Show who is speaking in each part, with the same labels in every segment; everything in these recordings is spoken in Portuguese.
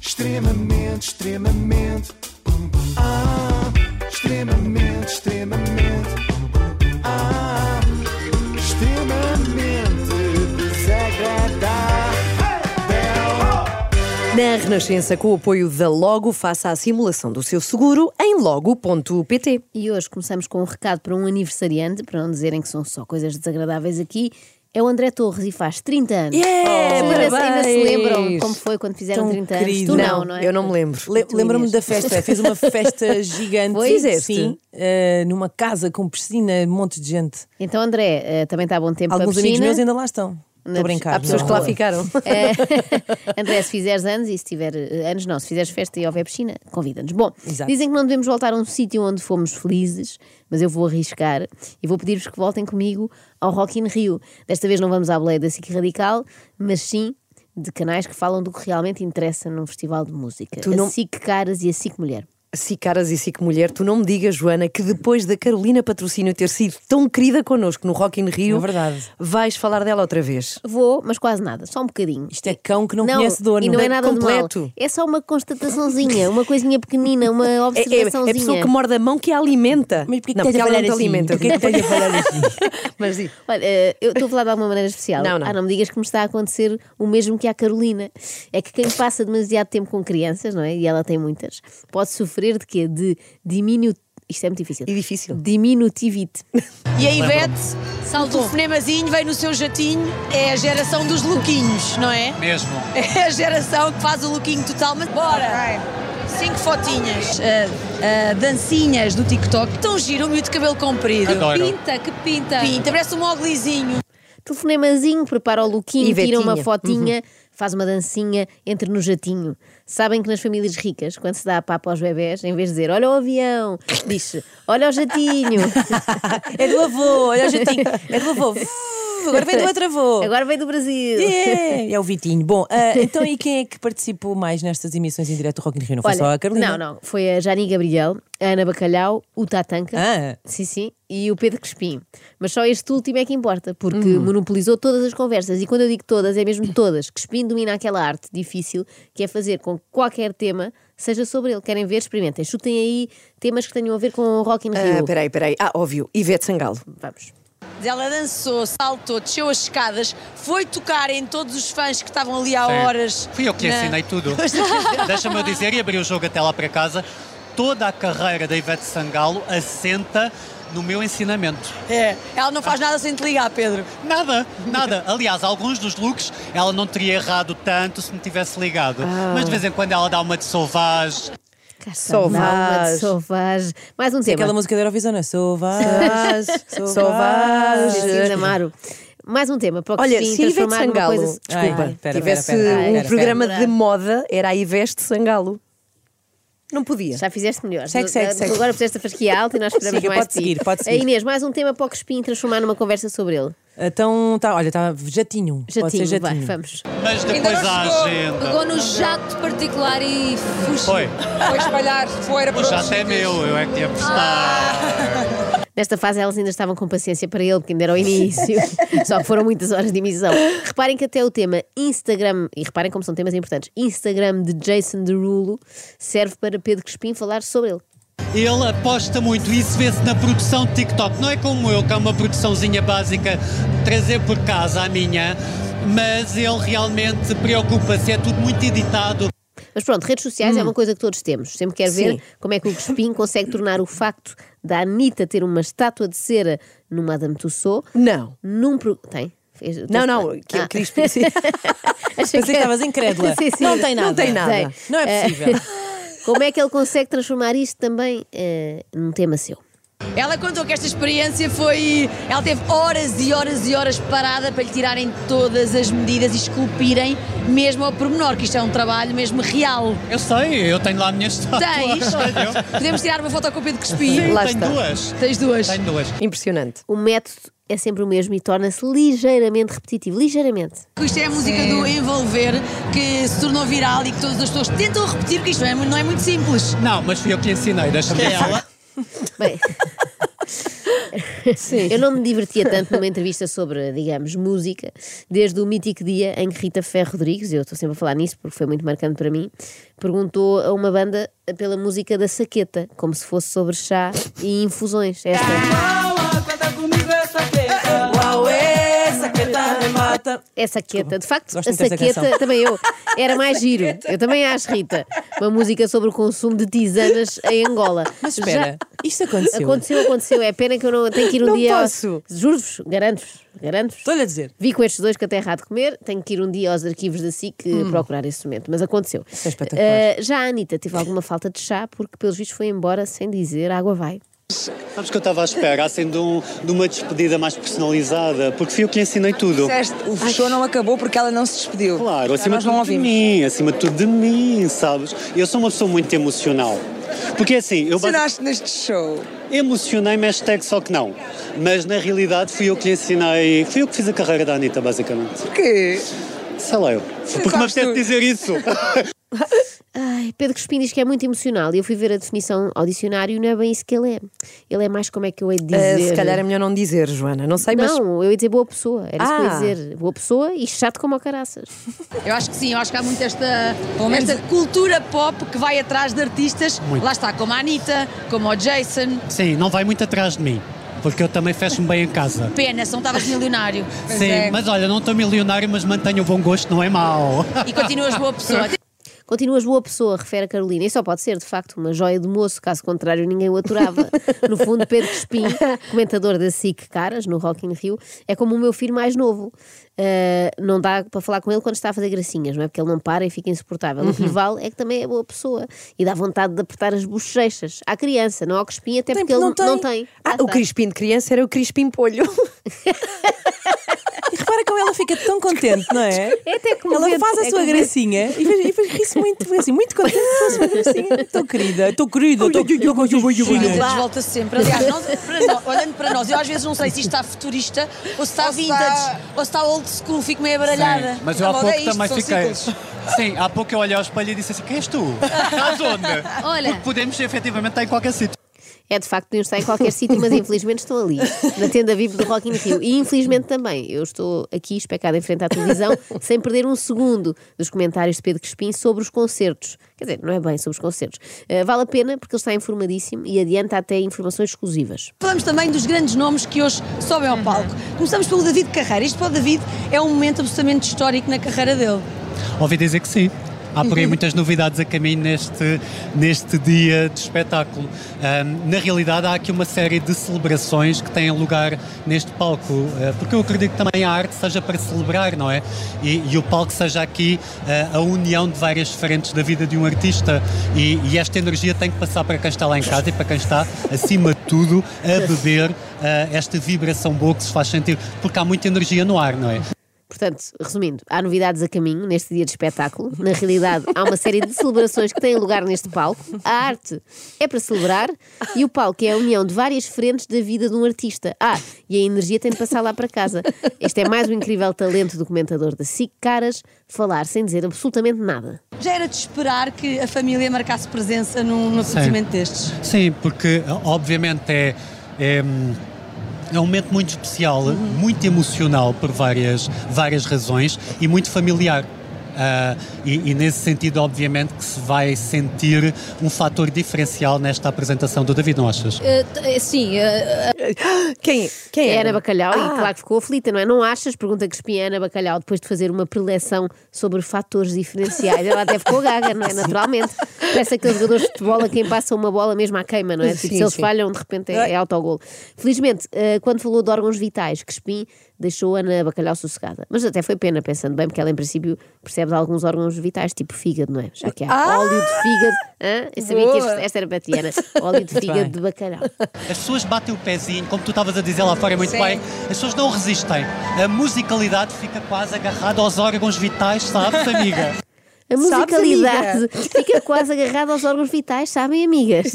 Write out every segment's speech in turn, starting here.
Speaker 1: Extremamente, extremamente. Ah, extremamente, extremamente. Ah, extremamente desagradável.
Speaker 2: Na Renascença, com o apoio da Logo, faça a simulação do seu seguro em logo.pt.
Speaker 3: E hoje começamos com um recado para um aniversariante, para não dizerem que são só coisas desagradáveis aqui. É o André Torres e faz 30 anos.
Speaker 2: Yeah,
Speaker 3: Ainda- Ainda se
Speaker 2: parabéns.
Speaker 3: lembram como foi quando fizeram
Speaker 4: Tão
Speaker 3: 30
Speaker 4: querido.
Speaker 3: anos? Tu não,
Speaker 2: Não,
Speaker 3: não é?
Speaker 2: eu não me lembro.
Speaker 3: Le-
Speaker 4: Le-
Speaker 3: Tu,
Speaker 4: Lembro-me
Speaker 3: Inês.
Speaker 4: da
Speaker 2: é,
Speaker 4: festa, fiz uma festa gigante.
Speaker 2: Foi? Fizeste?
Speaker 4: Sim, eh, numa casa com piscina, um monte de gente.
Speaker 3: Então, André, eh, também está a bom tempo
Speaker 4: Alguns
Speaker 3: para a
Speaker 4: amigos
Speaker 3: piscina.
Speaker 4: meus ainda lá estão. Estou a brincar.
Speaker 2: Há pessoas
Speaker 4: não.
Speaker 2: que lá ficaram.
Speaker 3: Eh, André, se fizeres anos e se tiver eh, anos, não, se fizeres festa e houver piscina, convida-nos. Bom,
Speaker 4: Exato.
Speaker 3: dizem que não devemos voltar a um sítio onde fomos felizes, mas eu vou arriscar e vou pedir-vos que voltem comigo ao Rock in Rio. Desta vez não vamos à boleia da SIC Radical, mas sim de canais que falam do que realmente interessa num festival de música.
Speaker 2: Tu
Speaker 3: a
Speaker 2: não-
Speaker 3: SIC Caras e a SIC Mulher.
Speaker 2: Si caras e si que mulher, tu não me digas, Joana, que depois da Carolina Patrocínio ter sido tão querida connosco no Rock in Rio,
Speaker 4: É verdade.
Speaker 2: vais falar dela outra vez.
Speaker 3: Vou, mas quase nada, só um bocadinho.
Speaker 4: Isto é cão que não, conhece dono.
Speaker 3: E não é nada de mal.
Speaker 2: completo.
Speaker 3: É só uma constataçãozinha, uma coisinha pequenina, uma
Speaker 2: É, é- é
Speaker 3: observaçãozinha.
Speaker 2: a pessoa que morde a mão que a alimenta.
Speaker 4: Mas porquê que
Speaker 2: não, porque
Speaker 4: estás a
Speaker 2: ela
Speaker 4: falar
Speaker 2: não te
Speaker 4: assim?
Speaker 2: alimenta.
Speaker 4: Porquê que estás a falar assim?
Speaker 2: Mas diz.
Speaker 3: Olha, eh, eu estou a falar de alguma maneira especial.
Speaker 2: Não, não.
Speaker 3: Ah, não me digas que me está a acontecer o mesmo que à Carolina. É que quem passa demasiado tempo com crianças, não é? E ela tem muitas, pode sofrer de quê? De diminu... Isto é muito difícil.
Speaker 2: E difícil.
Speaker 3: Diminutivite.
Speaker 5: E a Ivete, o telefonemazinho veio no seu jatinho, é a geração dos lookinhos, não é?
Speaker 6: Mesmo.
Speaker 5: É a geração que faz o lookinho total, mas bora! Cinco fotinhas, ah, ah, dancinhas do TikTok. Tão giro, o miúdo de cabelo comprido.
Speaker 6: Adoro.
Speaker 5: Pinta, que pinta. Pinta, parece um moglizinho.
Speaker 3: Telefonemazinho, prepara o lookinho, tira
Speaker 2: Ivetinha. Uhum.
Speaker 3: uma fotinha, faz uma dancinha, entra no jatinho. Sabem que nas famílias ricas, quando se dá a papa aos bebés, em vez de dizer olha o avião, diz olha o jatinho.
Speaker 4: É do avô, olha o jeitinho. É do avô. Agora vem do outro avô.
Speaker 3: Agora vem do Brasil.
Speaker 4: É, é o Vitinho. Bom, ah, então e quem é que participou mais nestas emissões em direto do Rock in Rio? Não foi só a Carolina?
Speaker 3: Não, não. Foi a Jani Gabriel, a Ana Bacalhau, o Tatanka.
Speaker 4: Ah.
Speaker 3: Sim, sim. E o Pedro Crespim. Mas só este último é que importa, porque
Speaker 2: Hum.
Speaker 3: monopolizou todas as conversas. E quando eu digo todas, é mesmo todas. Crespim domina aquela arte difícil que é fazer com que qualquer tema seja sobre ele. Querem ver? Experimentem. Chutem aí temas que tenham a ver com o Rock in
Speaker 2: Ah,
Speaker 3: Rio.
Speaker 2: peraí, peraí. Ah, óbvio. Ivete Sangalo.
Speaker 3: Vamos.
Speaker 5: Ela dançou, saltou, desceu as escadas, foi tocar em todos os fãs que estavam ali há
Speaker 6: Sim.
Speaker 5: horas.
Speaker 6: Fui eu que
Speaker 5: na-
Speaker 6: assinei tudo. Deixa-me eu dizer e abrir o jogo até lá para casa. Toda a carreira da Ivete Sangalo assenta no meu ensinamento.
Speaker 5: É, ela não faz nada sem te ligar, Pedro.
Speaker 6: Nada, nada. Aliás, alguns dos looks ela não teria errado tanto se me tivesse ligado.
Speaker 5: Ah.
Speaker 6: Mas de vez em quando ela dá uma de selvagem.
Speaker 3: Cá está,
Speaker 2: Sauvage.
Speaker 3: Malma de Sauvage. Mais um tema.
Speaker 4: Aquela música da Eurovisão, não é? Sauvage,
Speaker 2: Sauvage, sauvage.
Speaker 3: Cecília Amaro. Mais um tema. Para o
Speaker 2: Olha,
Speaker 3: Crespim
Speaker 2: se a Ivete
Speaker 3: transformar numa
Speaker 2: Sangalo
Speaker 3: coisa-
Speaker 2: desculpa,
Speaker 4: Ai, pera,
Speaker 2: tivesse
Speaker 4: pera, pera,
Speaker 2: um
Speaker 4: pera,
Speaker 2: programa
Speaker 3: pera.
Speaker 2: de moda, era a Ivete Sangalo. Não podia.
Speaker 3: Já fizeste melhor.
Speaker 4: Segue, segue,
Speaker 3: Tu-
Speaker 4: segue.
Speaker 3: Agora puseste a fasquia alta e nós esperamos
Speaker 4: Siga,
Speaker 3: mais
Speaker 4: pode
Speaker 3: de ti.
Speaker 4: seguir, pode seguir.
Speaker 3: A Inês, mais um tema para o Crespim transformar numa conversa sobre ele.
Speaker 4: Então, tá, olha, tá, jatinho. Pode ser
Speaker 3: Jatinho,
Speaker 4: um. jatinho.
Speaker 3: vai, vamos.
Speaker 6: Mas depois há agenda.
Speaker 7: Pegou no jato particular e fugiu.
Speaker 6: Foi.
Speaker 7: Foi espalhar poeira
Speaker 6: O jato é meu, eu é que
Speaker 5: Ah.
Speaker 6: ia apostar.
Speaker 3: Nesta fase elas ainda estavam com paciência para ele, porque ainda era o início. Só que foram muitas horas de emissão. Reparem que até o tema Instagram, e reparem como são temas importantes, Instagram de Jason Derulo serve para Pedro Crespim falar sobre ele.
Speaker 6: Ele aposta muito, isso vê-se na produção de TikTok. Não é como eu, que é uma produçãozinha básica, trazer por casa a minha, mas ele realmente preocupa-se, é tudo muito editado.
Speaker 3: Mas pronto, redes sociais
Speaker 4: Hum.
Speaker 3: é uma coisa que todos temos. Sempre quero ver
Speaker 2: Sim.
Speaker 3: como é que o Crespim consegue tornar o facto da Anitta ter uma estátua de cera no Madame Tussauds
Speaker 2: Não.
Speaker 3: num pro... Tem? Fez-
Speaker 2: Não,
Speaker 3: Tô-
Speaker 2: não, que
Speaker 3: Ah.
Speaker 2: o Crispim. sim.
Speaker 3: Achei
Speaker 4: Pensei que estavas incrédula.
Speaker 3: Sim, sim.
Speaker 4: Não tem nada.
Speaker 2: Não tem nada.
Speaker 3: Tem.
Speaker 4: Não é possível.
Speaker 3: Como é que ele consegue transformar isto também eh, num tema seu?
Speaker 5: Ela contou que esta experiência foi. Ela teve horas e horas e horas parada para lhe tirarem todas as medidas e esculpirem, mesmo ao pormenor, que isto é um trabalho mesmo real.
Speaker 6: Eu sei, eu tenho lá a minha estátua.
Speaker 5: Tens?
Speaker 6: Tenho.
Speaker 5: Podemos tirar uma foto com o Pedro Crespim?
Speaker 6: Sim,
Speaker 2: Lá
Speaker 6: tenho
Speaker 2: está.
Speaker 6: duas.
Speaker 5: Tens duas.
Speaker 6: Tenho duas.
Speaker 2: Impressionante.
Speaker 3: O método é sempre o mesmo e torna-se ligeiramente repetitivo. Ligeiramente.
Speaker 5: Isto é a música do Envolver, que se tornou viral e que todas as pessoas tentam repetir, porque isto não é, mu- não é muito simples.
Speaker 6: Não, mas fui eu que lhe ensinei, deixa-me dizer.
Speaker 3: Bem, Eu não me divertia tanto numa entrevista sobre, digamos, música, desde o mítico dia em que Rita Ferro Rodrigues, eu estou sempre a falar nisso porque foi muito marcante para mim, perguntou a uma banda pela música da saqueta, como se fosse sobre chá e infusões. É Esta.
Speaker 4: Uau, essa que tá me mata.
Speaker 3: É saqueta, de facto,
Speaker 4: Gosto
Speaker 3: a
Speaker 4: muito dessa
Speaker 3: saqueta
Speaker 4: canção.
Speaker 3: também eu. Era mais giro, eu também acho, Rita. Uma música sobre o consumo de tisanas em Angola.
Speaker 4: Mas espera,
Speaker 3: Já-
Speaker 4: isto aconteceu.
Speaker 3: aconteceu, aconteceu. É pena que eu não tenho que ir um
Speaker 2: Não
Speaker 3: dia. aos-
Speaker 2: posso.
Speaker 3: Juro-vos, garanto-vos, garanto-vos.
Speaker 4: Estou-lhe a dizer.
Speaker 3: Vi com estes dois que até há de comer, tenho que ir um dia aos arquivos da SIC eh,
Speaker 2: Hum.
Speaker 3: procurar esse momento, mas aconteceu.
Speaker 4: é espetacular.
Speaker 3: Eh, já a Anitta teve alguma falta de chá, porque pelos vistos foi embora sem dizer água vai.
Speaker 6: Sabes que eu estava à espera, assim, de, um- de uma despedida mais personalizada, porque fui eu que lhe ensinei tudo.
Speaker 7: Disseste, o show não acabou porque ela não se despediu.
Speaker 6: Claro,
Speaker 7: Já
Speaker 6: acima
Speaker 7: nós
Speaker 6: de
Speaker 7: não
Speaker 6: tudo de
Speaker 7: ouvimos.
Speaker 6: mim, acima de tudo de mim, sabes? Eu sou uma pessoa muito emocional. Porque assim, eu basi-
Speaker 7: Emocionaste neste show.
Speaker 6: emocionei-me, hashtag só que não. Mas na realidade fui eu que lhe ensinei, fui eu que fiz a carreira da Anitta, basicamente.
Speaker 7: Porquê?
Speaker 6: Sei lá eu. Porque me
Speaker 7: sabes
Speaker 6: apetece
Speaker 7: tudo.
Speaker 6: dizer isso.
Speaker 3: Ai, Pedro Crispim diz que é muito emocional e eu fui ver a definição ao dicionário e não é bem isso que ele é. Ele é mais como é que eu hei de
Speaker 2: Eh,
Speaker 3: dizer.
Speaker 2: se calhar é melhor não dizer, Joana. Não sei, mas.
Speaker 3: Não, eu ia dizer boa pessoa. Era isso que eu
Speaker 2: Ah.
Speaker 3: ia dizer. Boa pessoa e chato como a caraças.
Speaker 5: Eu acho que sim, eu acho que há muito esta,
Speaker 7: Pelo menos-
Speaker 5: esta cultura pop que vai atrás de artistas,
Speaker 6: Muito.
Speaker 5: lá está, como a Anitta, como o Jason.
Speaker 6: Sim, não vai muito atrás de mim, porque eu também fecho-me bem em casa.
Speaker 5: Pena, se não estavas milionário.
Speaker 7: Pois
Speaker 6: Sim,
Speaker 7: é.
Speaker 6: mas olha, não estou milionário, mas mantenho o bom gosto, não é mau.
Speaker 5: E continuas boa pessoa.
Speaker 3: Continuas boa pessoa, refere a Carolina. E só pode ser, de facto, uma joia de moço, caso contrário, ninguém o aturava. No fundo, Pedro Espim, comentador da SIC Caras, no Rock in Rio, é como o meu filho mais novo. Ah, não dá para falar com ele quando está a fazer gracinhas, não é? Porque ele não para e fica insuportável.
Speaker 4: Uhum.
Speaker 3: O rival é que também é boa pessoa e dá vontade de apertar as bochechas à criança, não ao Crespim, até
Speaker 4: Tem,
Speaker 3: porque ele
Speaker 4: não tem.
Speaker 3: não tem. tá.
Speaker 2: Ah,
Speaker 3: Lá
Speaker 2: o
Speaker 3: está.
Speaker 2: Crispim de criança era o Crispim Polho.
Speaker 4: E repara como ela fica tão contente, não é?
Speaker 3: É até
Speaker 4: Ela
Speaker 3: comovente,
Speaker 4: faz a
Speaker 3: é
Speaker 4: sua
Speaker 3: comovente.
Speaker 4: gracinha e faz, e faz ri-se muito, foi assim, muito contente com a sua gracinha. Estou querida, estou querida, estou
Speaker 5: Anitta
Speaker 4: querida.
Speaker 5: desvolta sempre. Aliás, nós- para nós- olhando para nós, eu às vezes não sei se isto está futurista ou se está
Speaker 7: Ou se
Speaker 5: vintage
Speaker 7: está-
Speaker 5: ou se está old school, fico meio Tá abaralhada.
Speaker 6: Sim, mas eu há
Speaker 7: Agora
Speaker 6: pouco
Speaker 7: é isto,
Speaker 6: também
Speaker 7: são
Speaker 6: fiquei.
Speaker 7: ciclos.
Speaker 6: Sim, há pouco eu olhei ao espelho e disse assim: quem és tu? Estás onde?
Speaker 3: Olha.
Speaker 6: Porque podemos efetivamente estar em qualquer sítio.
Speaker 3: É de facto, podiam estar em qualquer sítio, mas infelizmente estão ali, na tenda VIP do Rock in Rio. E infelizmente também, eu estou aqui especada em frente à televisão, sem perder um segundo dos comentários de Pedro Crespim sobre os concertos. Quer dizer, não é bem sobre os concertos. Eh, vale a pena porque ele está informadíssimo e adianta até informações exclusivas.
Speaker 5: Falamos também dos grandes nomes que hoje sobem ao palco. Começamos pelo David Carreira. Isto para o David é um momento absolutamente histórico na carreira dele.
Speaker 6: Ouvi dizer que sim. Há por aí muitas novidades a caminho neste, neste dia de espetáculo. Ahm, na realidade, há aqui uma série de celebrações que têm lugar neste palco, eh, porque eu acredito que também a arte seja para celebrar, não é? E, e o palco seja aqui eh, a união de várias frentes da vida de um artista. E, e esta energia tem que passar para quem está lá em casa e para quem está, acima de tudo, a beber eh, esta vibração boa que se faz sentir, porque há muita energia no ar, não é?
Speaker 3: Portanto, resumindo, há novidades a caminho neste dia de espetáculo. Na realidade, há uma série de celebrações que têm lugar neste palco. A arte é para celebrar e o palco é a união de várias frentes da vida de um artista. Ah, e a energia tem de passar lá para casa. Este é mais um incrível talento do comentador da SIC Caras, falar sem dizer absolutamente nada.
Speaker 5: Já era de esperar que a família marcasse presença num, num acontecimento destes.
Speaker 6: Sim, porque obviamente é, é, é um momento muito especial, muito emocional por várias, várias razões e muito familiar. Ah, e, e nesse sentido, obviamente, que se vai sentir um fator diferencial nesta apresentação do David, não achas?
Speaker 8: Eh,
Speaker 9: sim,
Speaker 2: Quem, quem
Speaker 3: É
Speaker 2: era?
Speaker 3: Ana Bacalhau,
Speaker 2: Ah.
Speaker 3: e claro que ficou aflita, não é? Não achas? Pergunta que espinha a Ana Bacalhau depois de fazer uma preleção sobre fatores diferenciais. Ela até ficou gaga, não é? Naturalmente. Parece aqueles jogadores de futebol a quem passa uma bola mesmo à queima, não é? Tipo,
Speaker 2: Sim,
Speaker 3: se eles
Speaker 2: sim.
Speaker 3: falham, de repente é, é autogol. Felizmente, eh, quando falou de órgãos vitais, que espinha deixou a Ana Bacalhau sossegada. Mas até foi pena, pensando bem, porque ela em princípio percebe de alguns órgãos vitais, tipo fígado, não é? Já que há
Speaker 2: Ah!
Speaker 3: óleo de fígado. Hã? Eu sabia que isto- esta era batiana. Óleo de fígado de bacalhau.
Speaker 6: As pessoas batem o pezinho, como tu estavas a dizer lá fora, é muito
Speaker 7: Sim.
Speaker 6: bem, as pessoas não resistem. A musicalidade fica quase agarrada aos órgãos vitais, sabes, amiga?
Speaker 3: A
Speaker 2: Sabes,
Speaker 3: musicalidade fica quase agarrada aos órgãos vitais, sabem, amigas?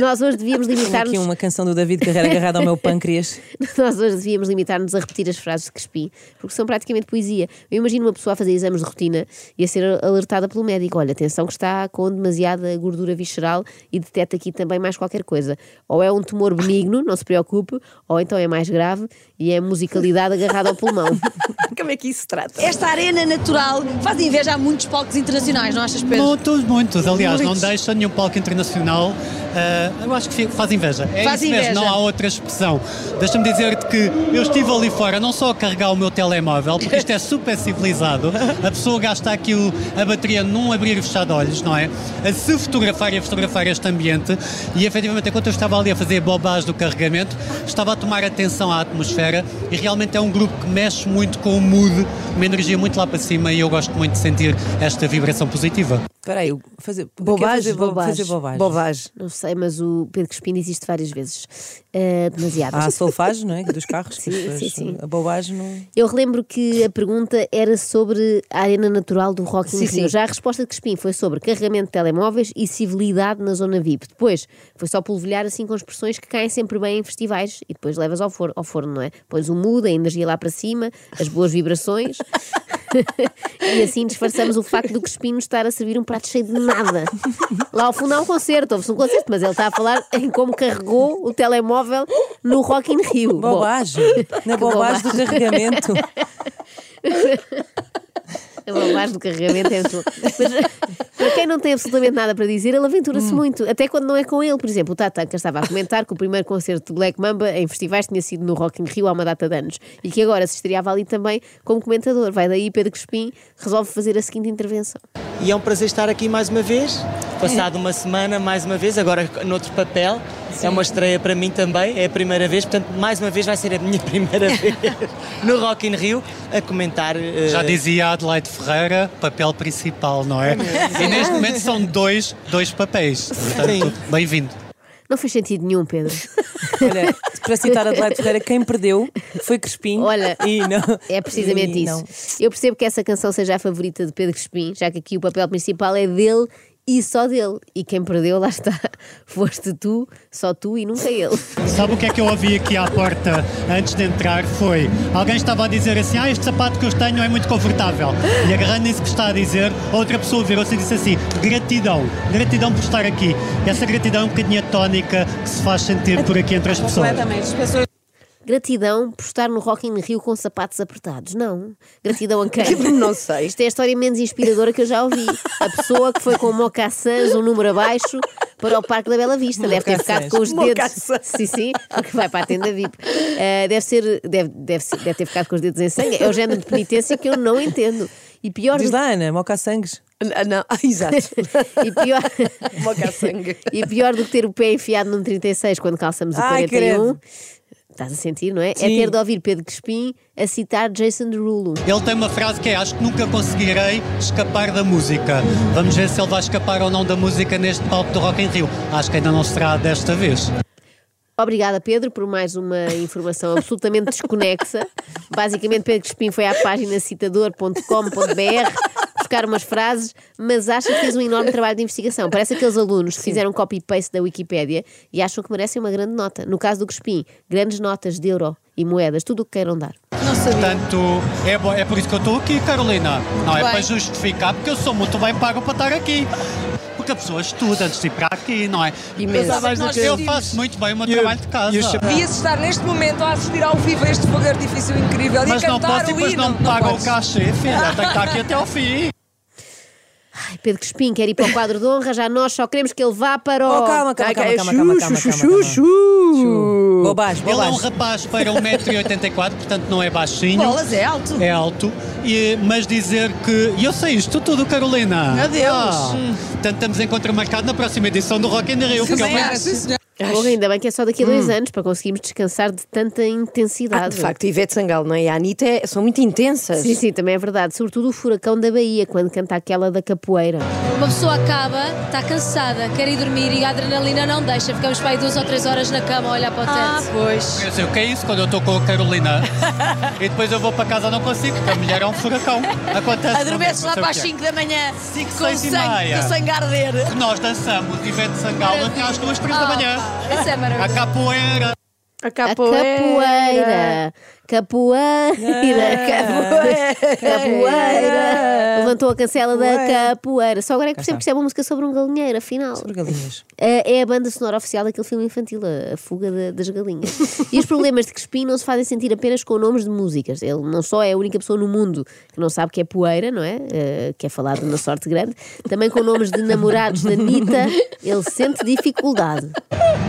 Speaker 3: Nós hoje devíamos
Speaker 4: Tenho aqui
Speaker 3: limitar-nos
Speaker 4: uma canção do David Carreira agarrada ao meu pâncreas.
Speaker 3: Nós hoje devíamos limitar-nos a repetir as frases de Crespim, porque são praticamente poesia. Eu imagino uma pessoa a fazer exames de rotina e a ser alertada pelo médico: olha, atenção que está com demasiada gordura visceral e detecta aqui também mais qualquer coisa. Ou é um tumor benigno, não se preocupe, ou então é mais grave e é musicalidade agarrada ao pulmão.
Speaker 2: Como é que isso se trata?
Speaker 5: Esta arena natural faz inveja a muitos palcos internacionais, não achas, Pedro?
Speaker 6: Muitos, muitos. Aliás, não deixa nenhum palco internacional. Ah, eu acho que fi- faz inveja. É
Speaker 5: Faz
Speaker 6: isso mesmo,
Speaker 5: inveja.
Speaker 6: não há outra expressão. Deixa-me dizer-te que eu estive ali fora, não só a carregar o meu telemóvel, porque isto é super civilizado. A pessoa gasta aqui o- a bateria num abrir e fechar de olhos, não é? A se fotografar e a fotografar este ambiente. E efetivamente, enquanto eu estava ali a fazer bobagem do carregamento, estava a tomar atenção à atmosfera e realmente é um grupo que mexe muito com o mood, uma energia muito lá para cima e eu gosto muito de sentir esta vibração positiva.
Speaker 4: Espera aí, eu- fazer
Speaker 2: Bobagem,
Speaker 4: quero fazer, bo-
Speaker 3: bobagem.
Speaker 4: Fazer bobagem.
Speaker 2: Bobagem.
Speaker 3: Não sei, mas o Pedro Crespim diz isto várias vezes. Eh, demasiado.
Speaker 2: Ah,
Speaker 4: Há a solfagem, não é? Dos carros. que as
Speaker 3: Sim, sim,
Speaker 4: pessoas-
Speaker 3: sim.
Speaker 4: A bobagem não.
Speaker 3: Eu relembro que a pergunta era sobre a arena natural do Rock in
Speaker 2: Sim,
Speaker 3: Rio.
Speaker 2: sim.
Speaker 3: Já a resposta de Crespim foi sobre carregamento de telemóveis e civilidade na zona VIP. Depois foi só polvilhar assim com expressões que caem sempre bem em festivais e depois levas ao forno, ao forno não é? Pões o mudo, a energia lá para cima, as boas vibrações. e assim disfarçamos o facto do Crespim nos estar a servir um prato cheio de nada. Lá ao fundo há um concerto, houve-se um concerto, mas ele está a falar em como carregou o telemóvel no Rock in Rio. Bom,
Speaker 4: Bobagem. Na bobagem do carregamento.
Speaker 3: Ele mais do carregamento é muito bom. Mas para quem não tem absolutamente nada para dizer, ele aventura-se muito, até quando não é com ele. Por exemplo, o Tatanka estava a comentar que o primeiro concerto de Black Mamba em festivais tinha sido no Rock in Rio há uma data de anos e que agora se estreava ali também como comentador. Vai daí, Pedro Crespim resolve fazer a seguinte intervenção.
Speaker 9: E é um prazer estar aqui mais uma vez. Passado uma semana, mais uma vez, agora noutro papel. É uma estreia para mim também, é a primeira vez, portanto, mais uma vez vai ser a minha primeira vez no Rock in Rio a comentar. eh,
Speaker 6: Já dizia Adelaide Ferreira, papel principal, não é? E neste momento são dois, dois papéis. Portanto,
Speaker 9: Sim.
Speaker 6: bem-vindo.
Speaker 3: Não fez sentido nenhum, Pedro.
Speaker 4: Olha, para citar Adelaide Ferreira, quem perdeu foi Crespim.
Speaker 3: Olha,
Speaker 4: e não,
Speaker 3: É precisamente
Speaker 4: e
Speaker 3: isso.
Speaker 4: não.
Speaker 3: Eu percebo que essa canção seja a favorita de Pedro Crispim, já que aqui o papel principal é dele e só dele. E quem perdeu, lá está. Foste tu, só tu e nunca ele.
Speaker 6: Sabe o que é que eu ouvi aqui à porta antes de entrar? Foi alguém estava a dizer assim: Ah, este sapato que eu tenho é muito confortável. E agarrando nisso que está a dizer, outra pessoa virou-se e disse assim: Gratidão, gratidão por estar aqui. Essa gratidão é um bocadinho a tónica que se faz sentir por aqui entre as pessoas.
Speaker 4: As pessoas
Speaker 3: Gratidão por estar no Rock in Rio com sapatos apertados. Não. Gratidão a quem?
Speaker 2: Tipo, Não sei.
Speaker 3: Isto é a história menos inspiradora que eu já ouvi. A pessoa que foi com mocaçãs, um número abaixo, para o Parque da Bela Vista. Deve ter ficado com os dedos.
Speaker 2: Mocaçãs.
Speaker 3: Sim, sim, porque vai para a tenda VIP. Ah, deve, ser, deve, deve, ser- deve ter ficado com os dedos em sangue. É o género de penitência que eu não entendo. E pior do
Speaker 4: Diz lá, Ana, moca sangues.
Speaker 2: Ah, Não, ah, exato.
Speaker 3: e pior,
Speaker 2: Moca a sangue.
Speaker 3: e pior do que ter o pé enfiado num 36 quando calçamos o
Speaker 4: Ai,
Speaker 3: 41. Estás a sentir, não é? É
Speaker 4: Sim.
Speaker 3: ter de ouvir Pedro Crespim a citar Jason Derulo.
Speaker 6: Ele tem uma frase que é: Acho que nunca conseguirei escapar da música. Vamos ver se ele vai escapar ou não da música neste palco do Rock in Rio. Acho que ainda não será desta vez.
Speaker 3: Obrigada, Pedro, por mais uma informação absolutamente desconexa. Basicamente, Pedro Crespim foi à página citador.com.br buscar umas frases, mas acha que fez um enorme trabalho de investigação. Parece aqueles alunos que fizeram copy-paste da Wikipédia e acham que merecem uma grande nota. No caso do Crespim, grandes notas de euro e moedas, tudo o que queiram dar.
Speaker 6: Portanto, é, bo- é por isso que eu estou aqui, Carolina. Não é
Speaker 5: Bem.
Speaker 6: para justificar, porque eu sou muito bem pago para estar aqui. Porque a pessoa estuda antes de ir para aqui, não é?
Speaker 2: Imenso.
Speaker 6: Mas sabes
Speaker 5: Nós
Speaker 6: o quê? eu
Speaker 5: sentimos.
Speaker 6: faço muito bem o meu
Speaker 1: E o-
Speaker 6: trabalho de
Speaker 1: e o
Speaker 6: casa.
Speaker 1: chapéu?
Speaker 7: Devias estar neste momento a assistir ao vivo a este fogo de artifício incrível
Speaker 6: Mas
Speaker 7: e
Speaker 6: não
Speaker 7: cantar
Speaker 6: posso e
Speaker 7: o
Speaker 6: depois
Speaker 7: hino.
Speaker 6: não me pagam o
Speaker 7: podes.
Speaker 6: cachê, filha. Tem que estar aqui até ao fim.
Speaker 3: Ai, Pedro Crespim quer ir para o quadro de honra, já nós só queremos que ele vá para o.
Speaker 4: Oh, calma, calma,
Speaker 2: Ai,
Speaker 4: calma,
Speaker 2: é
Speaker 4: calma, calma,
Speaker 2: chu,
Speaker 4: calma,
Speaker 2: chu,
Speaker 4: calma,
Speaker 2: chu,
Speaker 4: calma.
Speaker 2: chu.
Speaker 4: Bobagem,
Speaker 6: Ele é um
Speaker 4: bobagem.
Speaker 6: rapaz para 1,84m, portanto não é baixinho.
Speaker 5: Bolas, é alto.
Speaker 6: É alto. E, mas dizer que. E eu sei isto tudo, Carolina. Ah.
Speaker 5: Adeus.
Speaker 6: portanto, estamos em contra marcado na próxima edição do Rock in Rio. é Fica bem.
Speaker 3: Porra, ainda bem que é só daqui a dois
Speaker 4: Hum.
Speaker 3: anos para conseguirmos descansar de tanta intensidade.
Speaker 2: Ah, de facto, Ivete Sangalo, não é? E a Anitta é- são muito intensas.
Speaker 3: Sim, sim, também é verdade. Sobretudo o furacão da Bahia, quando canta aquela da capoeira.
Speaker 8: Uma pessoa acaba, está cansada, quer ir dormir e a adrenalina não deixa. Ficamos para aí duas ou três horas na cama a olhar para o
Speaker 5: Ah,
Speaker 8: teto.
Speaker 5: pois.
Speaker 6: Eu sei o que é isso quando eu estou com a Carolina. e depois eu vou para casa não consigo, porque a mulher é um furacão. Acontece.
Speaker 5: Adormeces lá
Speaker 6: não sei
Speaker 5: para as
Speaker 6: o que é.
Speaker 5: 5 da manhã
Speaker 6: Cinco,
Speaker 5: com o
Speaker 6: seis e
Speaker 5: sangue,
Speaker 6: meia.
Speaker 5: com o sangue a arder.
Speaker 6: Nós dançamos Ivete Sangalo até às duas, três da manhã.
Speaker 8: Isso é
Speaker 6: A
Speaker 8: maravilhoso.
Speaker 6: capoeira.
Speaker 2: A
Speaker 3: A capoeira.
Speaker 4: Ah,
Speaker 3: Capoeira. Capoeira. Capoeira. Levantou a cancela da capoeira. Só agora é que percebo que isto é uma música sobre um galinheiro, afinal.
Speaker 4: Sobre galinhas.
Speaker 3: É é a banda sonora oficial daquele filme infantil, A, a Fuga da- das Galinhas. e os problemas de Crespim não se fazem sentir apenas com nomes de músicas. Ele não só é a única pessoa no mundo que não sabe que é poeira, não é? Eh, que é falado na sorte grande. Também com nomes de namorados da Anitta, ele sente dificuldade.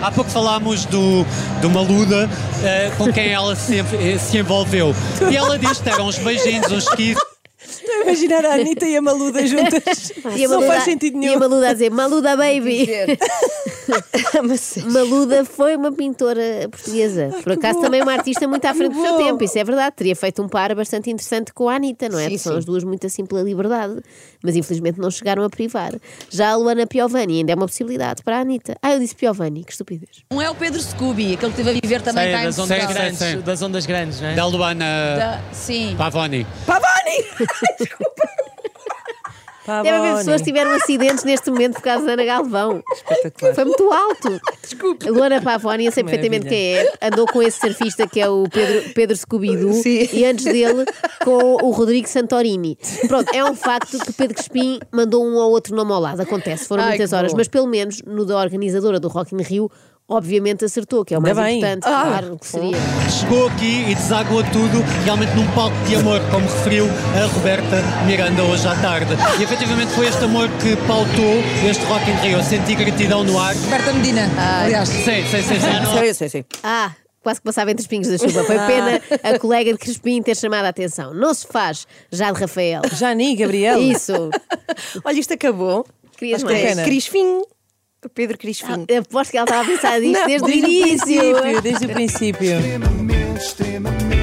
Speaker 6: Há pouco falámos do, de uma Luda eh, com quem ela se, eh, se envolveu. E ela disse que eram uns beijinhos, uns kisses.
Speaker 4: Estou a imaginar a Anitta e a Maluda juntas.
Speaker 3: E a
Speaker 4: não
Speaker 3: Maluda-
Speaker 4: faz sentido
Speaker 3: E a
Speaker 4: nenhum.
Speaker 3: Maluda a dizer, Maluda baby.
Speaker 2: Mas,
Speaker 3: Maluda foi uma pintora portuguesa. Por acaso também é uma artista muito à frente do seu tempo, isso é verdade. Teria feito um par bastante interessante com a Anitta, não é?
Speaker 2: Sim,
Speaker 3: São
Speaker 2: sim.
Speaker 3: as duas muito assim pela liberdade, mas infelizmente não chegaram a privar. Já a Luana Piovani ainda é uma possibilidade para a Anitta. Ah, eu disse Piovani, que estupidez.
Speaker 5: Um é o Pedro Scooby, aquele que teve a viver também
Speaker 9: Sei,
Speaker 5: cá em
Speaker 9: É, das ondas
Speaker 6: Sim,
Speaker 5: Portugal.
Speaker 6: sim,
Speaker 9: grandes,
Speaker 6: sim.
Speaker 9: das ondas grandes, não é?
Speaker 6: Da Luana
Speaker 5: Da- Sim.
Speaker 6: Pavoni.
Speaker 2: Pavani! É
Speaker 4: Pá,
Speaker 3: Deve haver
Speaker 4: Bonnie.
Speaker 3: pessoas que tiveram acidentes neste momento por causa da Ana Galvão.
Speaker 4: Espetacular.
Speaker 3: Foi muito alto. Desculpe. A Luana Pavoni, eu sei perfeitamente quem é. Andou com esse surfista que é o Pedro, Pedro Scooby-Doo
Speaker 2: Sim.
Speaker 3: e antes dele com o Rodrigo Santorini. Pronto, é um facto que Pedro Crispim mandou um ou outro nome ao lado. Acontece, foram
Speaker 2: Ai,
Speaker 3: muitas
Speaker 2: que
Speaker 3: horas,
Speaker 2: bom.
Speaker 3: mas pelo menos no da organizadora do Rock in Rio, obviamente acertou, que é o mais
Speaker 4: Ainda bem.
Speaker 3: importante,
Speaker 2: Ah,
Speaker 3: claro, que seria.
Speaker 6: Chegou aqui e deságua tudo, realmente num palco de amor, como referiu a Roberta Miranda hoje à tarde. E efetivamente foi este amor que pautou este Rock in Rio. Eu senti gratidão no ar.
Speaker 7: Roberta Medina, aliás.
Speaker 6: Sim, sim, sim, sim. Não-
Speaker 2: Sei, sei, sei.
Speaker 3: Ah, quase que passava entre os pingos da chuva. Foi pena a colega de Crispim ter chamado a atenção. Não se faz, já de Rafael.
Speaker 4: Jani, Gabriel.
Speaker 3: Isso.
Speaker 2: Olha, isto acabou.
Speaker 3: Querias
Speaker 2: Acho que
Speaker 3: mais?
Speaker 2: é Crisfim. Do Pedro Crisfim.
Speaker 3: Eu Aposto que ela estava a pensar nisto
Speaker 2: Não,
Speaker 3: desde o
Speaker 4: Desde o
Speaker 3: início.
Speaker 4: princípio, desde o princípio.
Speaker 1: extremamente, Ah, extremamente.